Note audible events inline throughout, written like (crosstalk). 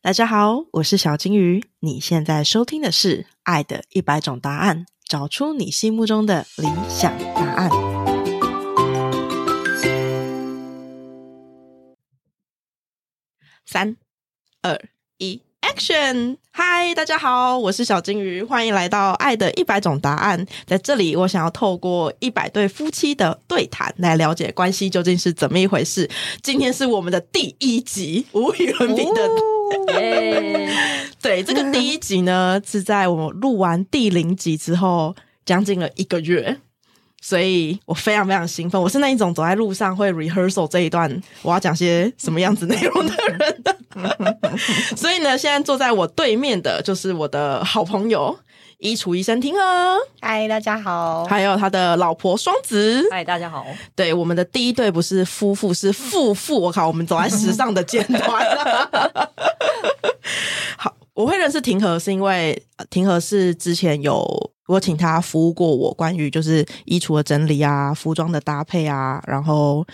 大家好，我是小金鱼。你现在收听的是《爱的一百种答案》，找出你心目中的理想答案。三、二、一，Action！嗨，大家好，我是小金鱼，欢迎来到《爱的一百种答案》。在这里，我想要透过一百对夫妻的对谈来了解关系究竟是怎么一回事。今天是我们的第一集，无与伦比的耶！ (laughs) 对，这个第一集呢，是在我录完第零集之后，将近了一个月，所以我非常非常兴奋。我是那一种走在路上会 rehearsal 这一段我要讲些什么样子内容的人，所以呢，现在坐在我对面的就是我的好朋友衣橱医生听啊，嗨，大家好！还有他的老婆双子。嗨，大家好！对，我们的第一对不是夫妇，是夫妇。我靠，我们走在时尚的尖端了。好，我会认识婷和是因为呃婷和是之前有我请她服务过我，关于就是衣橱的整理啊、服装的搭配啊，然后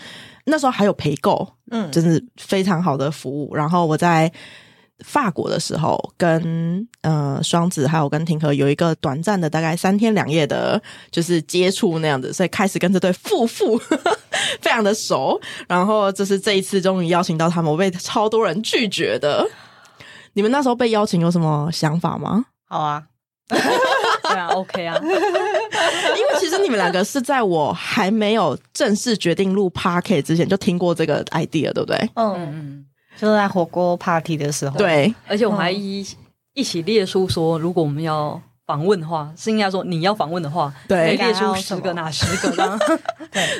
那时候还有陪购，嗯真是非常好的服务。然后我在法国的时候，跟呃双子还有跟婷和有一个短暂的大概三天两夜的，就是接触那样子，所以开始跟这对夫妇 (laughs) 非常的熟。然后就是这一次终于邀请到他们，我被超多人拒绝的。你们那时候被邀请有什么想法吗？好啊， (laughs) 对啊，OK 啊，因为其实你们两个是在我还没有正式决定录 p a r k e t 之前就听过这个 idea，对不对？嗯，嗯嗯，就是在火锅 party 的时候，，对，而且我们还一一起列出说，如果我们要访问的话，是应该说你要访问的话，对可以列出十个哪十个这样？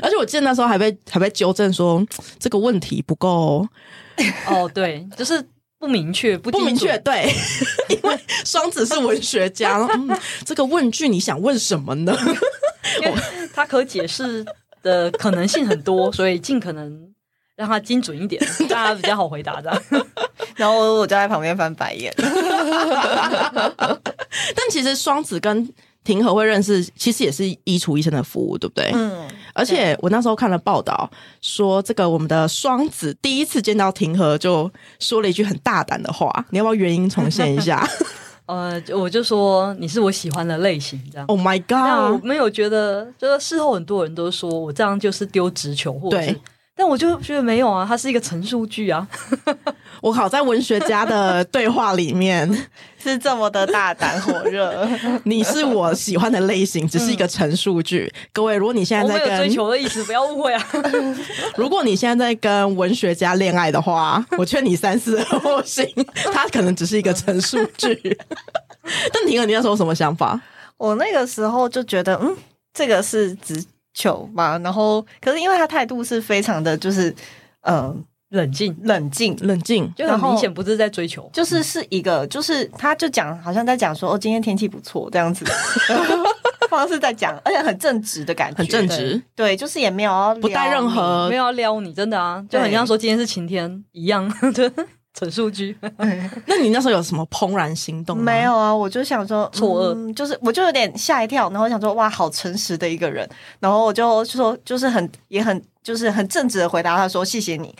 而且我记得那时候还被还被纠正说这个问题不够哦， (laughs) 对，就是不明确，不不精明确，准，对， (laughs) 因为双子是文学家， (laughs) 然后嗯这个问句你想问什么呢？ (laughs) 因为它可解释的可能性很多，所以尽可能让它精准一 (laughs) 点，大家比较好回答这样。然后我就在旁边翻白眼，但其实双子跟庭和会认识，其实也是衣橱医生的服务，对不对？嗯，而且我那时候看了报道，说这个我们的双子第一次见到庭和就说了一句很大胆的话，你要不要原因重现一 (laughs) 下呃，就我就说你是我喜欢的类型这样。 ？Oh my 但我 god！没有觉得，就是事后很多人都说我这样就是丢直球，或者是对，但我就觉得没有啊，它是一个陈述句啊，我靠，在文学家的对话里面， (laughs) 是这么的大胆火 (laughs) 热，你是我喜欢的类型，只是一个陈述 (laughs) 句。各位，如果你现我在没在有追跟求的意思，不要误会啊。如果你现在在跟文学家恋爱的话，我劝你三思而后行。他可能只是一个陈述句。 (laughs) 但婷儿，你那时候有什么想法？我那个时候就觉得，嗯，这个是直球嘛，然后可是因为他态度是非常的，就是呃 (laughs) 冷静，冷静，冷静，就很明显不是在追求，嗯就是是一个，就是他就讲，好像在讲说，哦，今天天气不错这样 (laughs) 子，好像是在讲，而且很正直的感觉，很正直，对，就是也没有要不带任何没有要撩你，真的啊，就对很像说今天是晴天一样， (laughs) 就陈述句。那你那时候有什么怦然心动吗？没有啊，我就想说错愕嗯，就是我就有点吓一跳，然后想说哇，好诚实的一个人，然后我就说就是很也很就是很正直的回答他说谢谢你，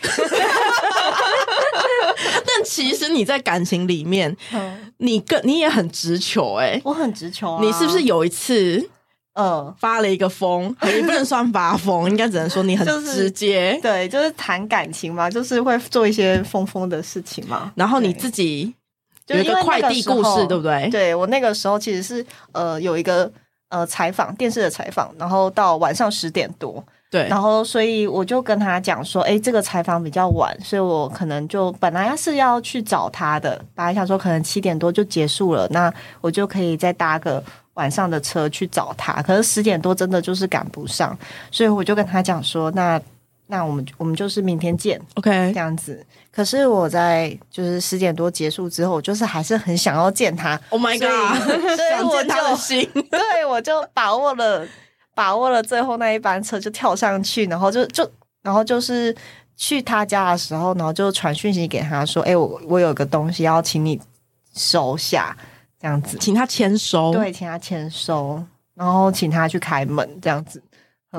但其实你在感情里面，你更你也很直球哎、我很直球、嗯啊，你是不是有一次嗯？发了一个疯？也不能算发疯，应该只能说你很就是直接。对，就是谈感情嘛，就是会做一些疯疯的事情嘛。然后你对自己就有一是因个为那快个递时故事，候对不对？对我那个时候其实是呃有一个呃采访，电视的采访，然后到晚上十点多，对然后所以我就跟他讲说，哎，这个采访比较晚，所以我可能就本来是要去找他的，本来想说可能七点多就结束了，那我就可以再搭个。晚上的车去找他，可是十点多真的就是赶不上，所以我就跟他讲说，那那我们我们就是明天见， ，OK，这样子。可是我在就是十点多结束之后，我就是还是很想要见他， Oh my 所以 god！所以 (laughs) 想我见他的就心，对我就把握了把握了最后那一班车，就跳上去，然后就就然后就是去他家的时候，然后就传讯息给他说：“哎、我我有个东西要请你收下，这样子。请他签”收。对，请他签收，然后请他去开门，这样子。嗯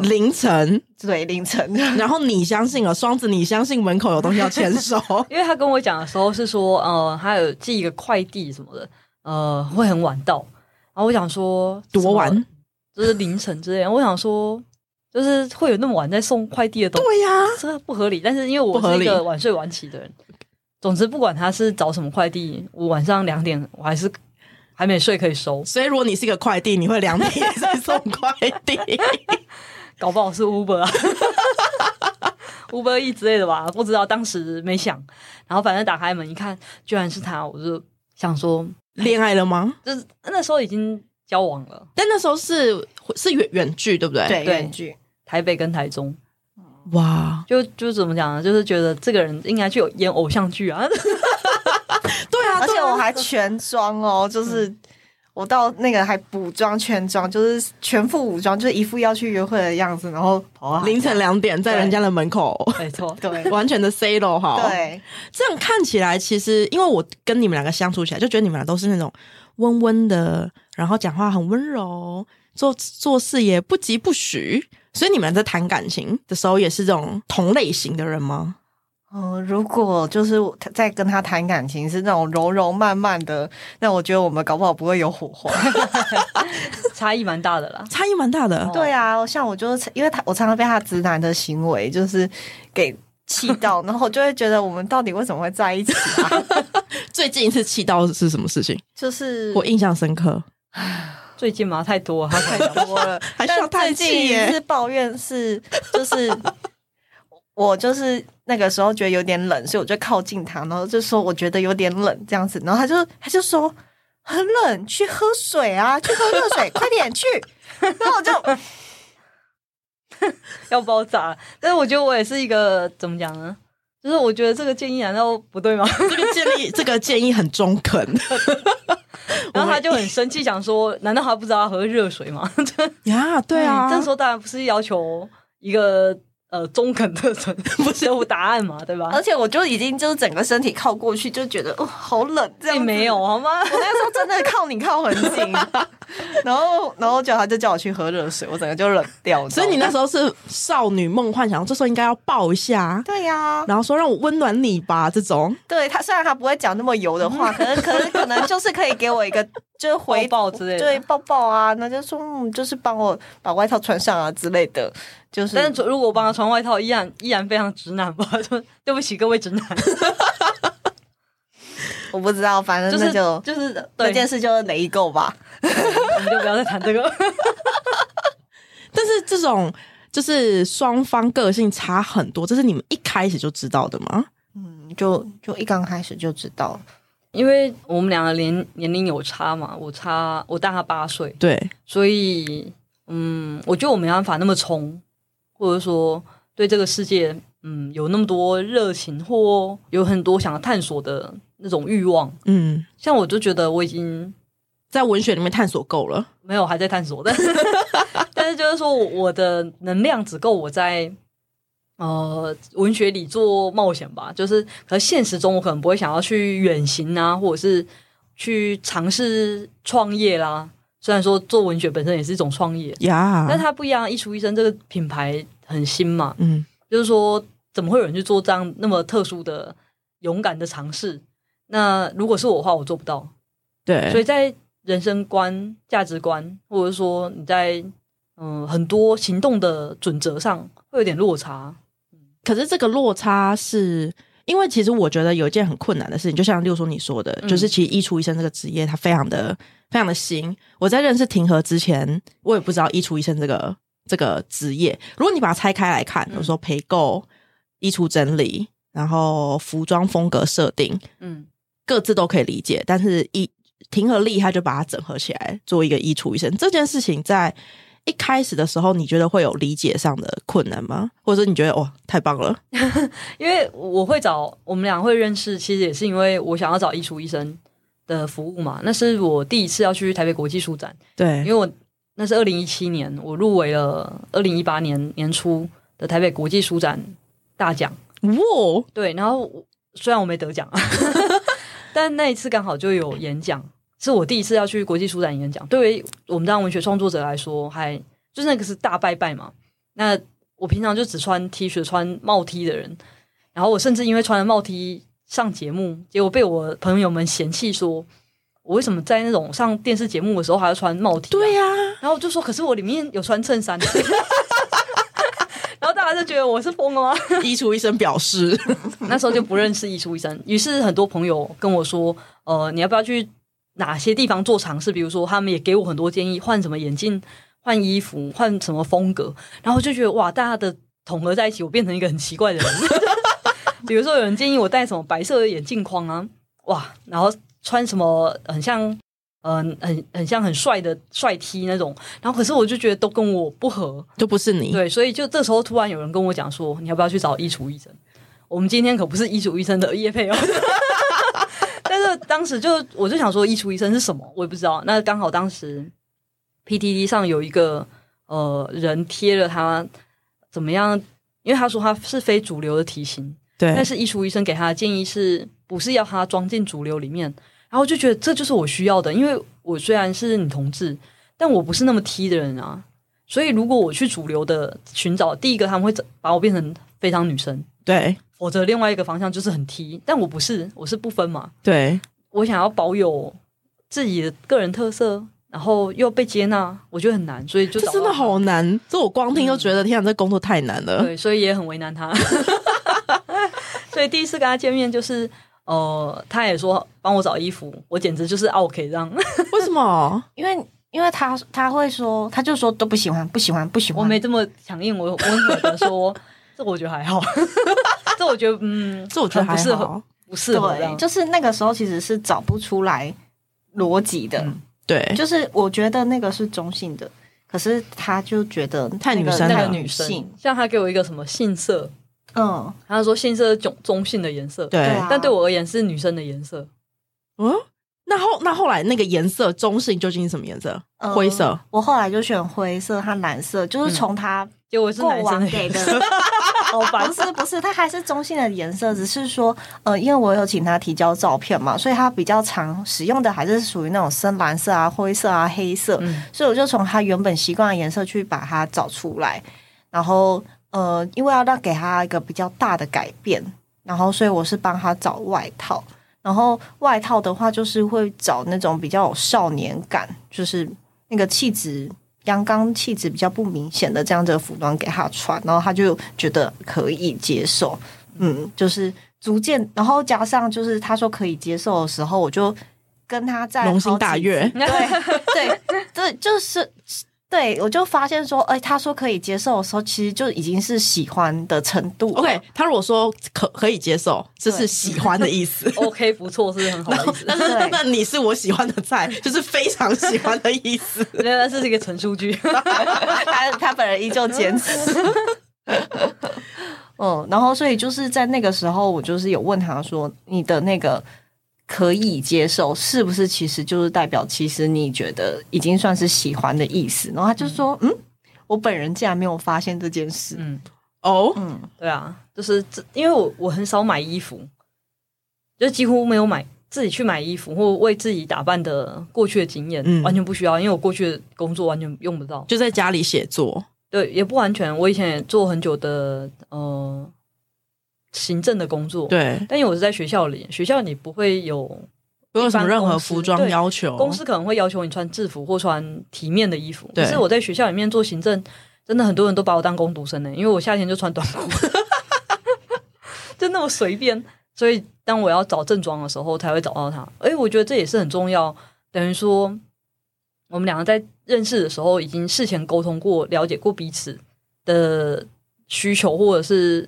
凌晨，对，凌晨。然后你相信了双子，你相信门口有东西要牵 (laughs) 手， (laughs) 因为他跟我讲的时候是说，呃，他有寄一个快递什么的，呃，会很晚到。然后我想说，多什么晚？就是凌晨之类。我想说，就是会有那么晚在送快递的东西，对呀、这不合理。但是因为不我合是理一个晚睡晚起的人，总之不管他是找什么快递，我晚上两点我还是还没睡可以收，所以如果你是一个快递，你会两 (laughs) 点在送快 (laughs) 递，搞不好是 Uber 啊 (laughs) ，Uber E 之类的吧，不知道当时没想。然后反正打开门一看，居然是他，我就想说，恋爱了吗？就是那时候已经交往了，但那时候是是远远距，对不对？，对，对远距。台北跟台中，哇，就就怎么讲呢？就是觉得这个人应该去演偶像剧啊， (laughs) 对啊，而且对啊嗯我还全装哦，就是我到那个还补妆全装，就是全副武装，就是一副要去约会的样子，然后跑啊凌晨两点在人家的门口，没错，对完全的 say no 哈。，对，这样看起来，其实因为我跟你们两个相处起来，就觉得你们俩都是那种温温的，然后讲话很温柔，做做事也不急不徐，所以你们俩在谈感情的时候也是这种同类型的人吗？嗯，如果就是我在跟他谈感情是那种柔柔慢慢的，那我觉得我们搞不好不会有火花。差异蛮大的啦。差异蛮大的。哦 (laughs) 对啊，像我就是因为他，我常常被他直男的行为就是给气 (laughs) 到，然后我就会觉得我们到底为什么会在一起 (laughs) 啊？最近一次气到是什么事情？就是我印象深刻。最近嘛，太 (laughs) 多啊了，他才太讲多了，还需要但叹最气近耶一次抱怨是，就是 (laughs) 我就是那个时候觉得有点冷，所以我就靠近他，然后就说我觉得有点冷这样子，然后他就他就说很冷，去喝水啊，去喝热水， (laughs) 快点去。然后我就 (laughs) 要爆炸了。但是我觉得我也是一个怎么讲呢？就是我觉得这个建议难道不对吗？ (laughs) 这个建 (laughs) 议，这个建议很中肯。然后他就很生气，想说：难道他不知道他喝热水吗？呀，对啊，嗯这时候当然不是要求一个呃中肯的人 (laughs) 不是有答案嘛，对吧而？且我就已经就是整个身体靠过去，就觉得哦好冷这样并子没有。好吗？我那时候真的靠你靠很紧，然后然后就他就叫我去喝热水，我整个就冷掉。所以你知道那吗时候是少女梦幻想，这时候应该要抱一下，啊对呀、然后说让我温暖你吧，这种对他，虽然他不会讲那么油的话，可是可是可能就是可以给我一个就是回抱抱之类的对抱抱啊，那就说嗯，就是帮我把外套穿上啊之类的，就是 (laughs) 但是如果我帮他穿外套，依然依然非常直男吧？就对不起各位直男，我不知道，反正就是 (laughs) 那就就是对那件事就是雷够吧。我们就不要再谈这个。但是这种就是双方个性差很多，这是你们一开始就知道的吗？嗯，就就一刚开始就知道了， (laughs) 因为我们两个年年龄有差嘛，我差我大他八岁，对，所以嗯，我觉得我没办法那么冲，或者说对这个世界嗯有那么多热情或有很多想要探索的那种欲望。嗯，像我就觉得我已经在文学里面探索够了，没有还在探索，但 (laughs) 但是就是说我我的能量只够我在呃文学里做冒险吧，就是可是现实中我可能不会想要去远行啊，或者是去尝试创业啦。虽然说做文学本身也是一种创啊业，呀、但它不一样。一出一生这个品牌很新嘛，嗯，就是说怎么会有人去做这样那么特殊的、勇敢的尝试？那如果是我的话，我做不到。所对，以在人生观、价值观，或者说你在嗯很多行动的准则上，会有点落差。可是这个落差是。因为其实我觉得有一件很困难的事情，就像六叔你说的，嗯就是其实医出医生这个职业，它非常的非常的新。我在认识庭和之前，我也不知道医出医生这个这个职业。如果你把它拆开来看，比如说陪购、衣橱整理，然后服装风格设定，嗯，各自都可以理解，但是一庭和力他就把它整合起来，做一个衣橱医生这件事情，在一开始的时候，你觉得会有理解上的困难吗？或者是你觉得哇，太棒了，因为我会找我们俩会认识，其实也是因为我想要找艺术医生的服务嘛。那是我第一次要去台北国际书展，因对，为我那是二零一七年，我入围了二零一八年年初的台北国际书展大奖。哇，对，然后我虽然我没得 (laughs) 奖， (laughs) 但那一次刚好就有演讲，是我第一次要去国际书展演讲。对于我们这样文学创作者来说，还就是那个是大拜拜嘛。那我平常就只穿 T 恤、穿帽 T 的人，然后我甚至因为穿了帽 T 上节目，结果被我朋友们嫌弃说，我为什么在那种上电视节目的时候还要穿帽 T？、啊对、呀、然后我就说，可是我里面有穿衬衫。 (laughs) 然后大家就觉得我是疯了吗？衣橱医生表 (laughs) 示，那时候就不认识艺术医生，于是很多朋友跟我说，呃，你要不要去哪些地方做尝试？比如说，他们也给我很多建议，换什么眼镜、换衣服、换什么风格，然后我就觉得哇，大家的统合在一起，我变成一个很奇怪的人。 (laughs) 比如说，有人建议我戴什么白色的眼镜框啊，哇，然后穿什么很像。嗯、很很像很帅的帅 T 那种，然后可是我就觉得都跟我不合，就不是你。对，所以就这时候突然有人跟我讲说，你要不要去找衣橱医生？我们今天可不是衣橱医生的业配哦。 (laughs) 但是当时就我就想说，衣橱医生是什么？我也不知道。那刚好当时 PTT 上有一个呃人贴了他怎么样，因为他说他是非主流的体型，对但是衣橱医生给他的建议是不是要他装进主流里面？然后我就觉得这就是我需要的，因为我虽然是女同志，但我不是那么 T 的人啊。所以如果我去主流的寻找，第一个他们会把我变成非常女生，对否则另外一个方向就是很 T。但我不是，我是不分嘛，对，我想要保有自己的个人特色，然后又被接纳，我觉得很难，所以就这啊找真的到好难。这我光听就觉得，天啊，这工作太难 (laughs) 了。对，所以也很为难他。 (laughs) 所以第一次跟他见面就是，呃，他也说帮我找衣服，我简直就是 OK 这样。 (laughs) 为什么？因为因为他他会说，他就说都不喜欢，不喜欢，不喜欢。我没这么强硬，我温和的说， (laughs) 这我觉得还好， (laughs) 这我觉得 (laughs) 嗯，这我觉得还很不适合，好。不适合这对，样。就是那个时候其实是找不出来逻辑的，嗯对， (laughs) 就是我觉得那个是中性的，可是他就觉得太女那个生了太那个女女性生，，像他给我一个什么杏色，嗯，他说杏色是中中性的颜色，对对啊但对我而言是女生的颜色，嗯，那后那后来那个颜色中性究竟是什么颜色？嗯灰色。我后来就选灰色和蓝色，就是从他结果嗯是过男生往的给颜的 (laughs) 哦色，好不烦。是不是，它还是中性的颜色，只是说，呃，因为我有请他提交照片嘛，所以他比较常使用的还是属于那种深蓝色啊、灰色啊、黑色，嗯所以我就从他原本习惯的颜色去把它找出来，然后呃，因为要让给他一个比较大的改变，然后所以我是帮他找外套，然后外套的话就是会找那种比较有少年感，就是那个气质。阳刚气质比较不明显的这样子的服装给他穿，然后他就觉得可以接受，嗯，就是逐渐，然后加上就是他说可以接受的时候，我就跟他在龙心好几大悦次 (laughs) (laughs) 对对对，就是对我就发现说，哎、他说可以接受的时候，其实就已经是喜欢的程度了 OK，他如果说可可以接受，这是对喜欢的意 (laughs) 思。 OK，不错，是很好的 (laughs) 意思，但是对 (laughs) 那你是我喜欢的菜，就是非常喜欢的意思。没有，这是一个陈述句。 (laughs) (laughs) 他他本人依旧坚 (laughs) 持。嗯，然后所以就是在那个时候，我就是有问他说，你的那个可以接受，是不是其实就是代表，其实你觉得已经算是喜欢的意思？然后他就说，嗯，我本人竟然没有发现这件事。嗯，哦，嗯，对啊，就是这，因为我我很少买衣服，就几乎没有买自己去买衣服或为自己打扮的过去的经验，嗯完全不需要，因为我过去的工作完全用不到。就在家里写作。对，也不完全。我以前也做很久的呃行政的工作，，对，但因为我是在学校里，学校里不会有不有什么任何公司服装对要求。公司可能会要求你穿制服或穿体面的衣服，对可是我在学校里面做行政，真的很多人都把我当工读生呢、欸因为我夏天就穿短裤， (laughs) 就那么随便。所以当我要找正装的时候，才会找到他。哎，我觉得这也是很重要，等于说我们两个在认识的时候，已经事前沟通过、了解过彼此的需求，或者是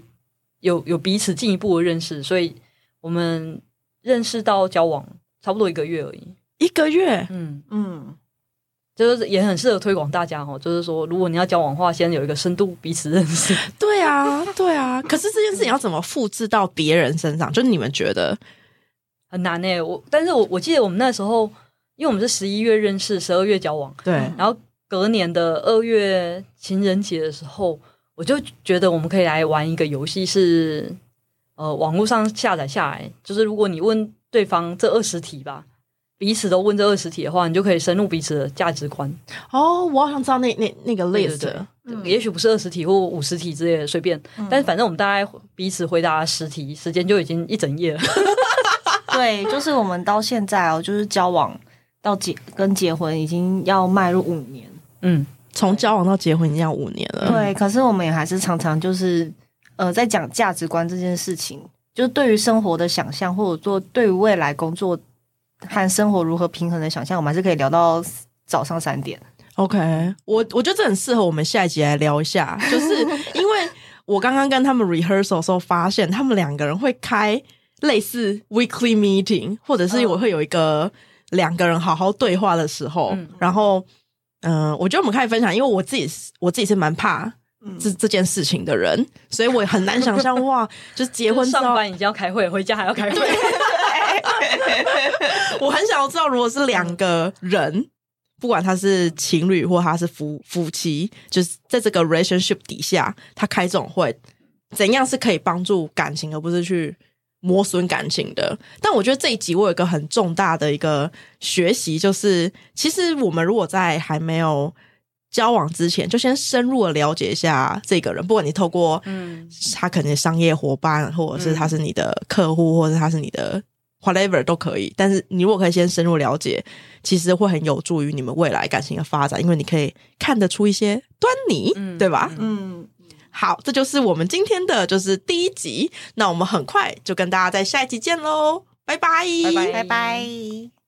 有有彼此进一步的认识，所以我们认识到交往差不多一个月而已。一个月，嗯，嗯，就是也很适合推广大家哦。就是说，如果你要交往的话，先有一个深度彼此认识。 (laughs) 对啊，对啊。可是这件事情要怎么复制到别人身上？就是你们觉得很难呢、我但是我我记得我们那时候，因为我们是十一月认识，十二月交往，对然后隔年的二月情人节的时候，我就觉得我们可以来玩一个游戏是，呃网络上下载下来，就是如果你问对方这二十题吧，彼此都问这二十题的话，你就可以深入彼此的价值观。哦，我好想知道那那那个对对 list 对也许不是二十题或五十题之类的，随便。但是反正我们大概彼此回答十题，时间就已经一整夜了。对，就是我们到现在哦，就是交往到结跟结婚已经要迈入五年， (laughs) 嗯，从交往到结婚已经要五年了。对，可是我们也还是常常就是呃，在讲价值观这件事情，就是对于生活的想象，或者说对于未来工作和生活如何平衡的想象，我们还是可以聊到早上三点。 OK，我我觉得这很适合我们下一集来聊一下，就是因为我刚刚跟他们 rehearsal 的时候发现，他们两个人会开类似 weekly meeting，或者是嗯我会有一个两个人好好对话的时候，嗯然后。嗯、我觉得我们可以分享，因为我自己是我自己是蛮怕这这件事情的人，所以我很难想象哇，就是结婚之上后，班已经要开会，回家还要开会。我很想要知道，如果是两个人，不管他是情侣或他是夫夫妻，就是在这个 relationship 底下，他开这种会，怎样是可以帮助感情，而不是去磨损感情的。但我觉得这一集我有一个很重大的一个学习，就是其实我们如果在还没有。交往之前就先深入的了解一下这个人，不管你透过嗯他可能商业伙伴，或者是他是你的客户，或者是他是你的 whatever 都可以。但是你如果可以先深入了解，其实会很有助于你们未来感情的发展，因为你可以看得出一些端倪，嗯对吧？嗯，好，这就是我们今天的就是第一集。那我们很快就跟大家在下一集见喽，拜拜，拜拜拜拜。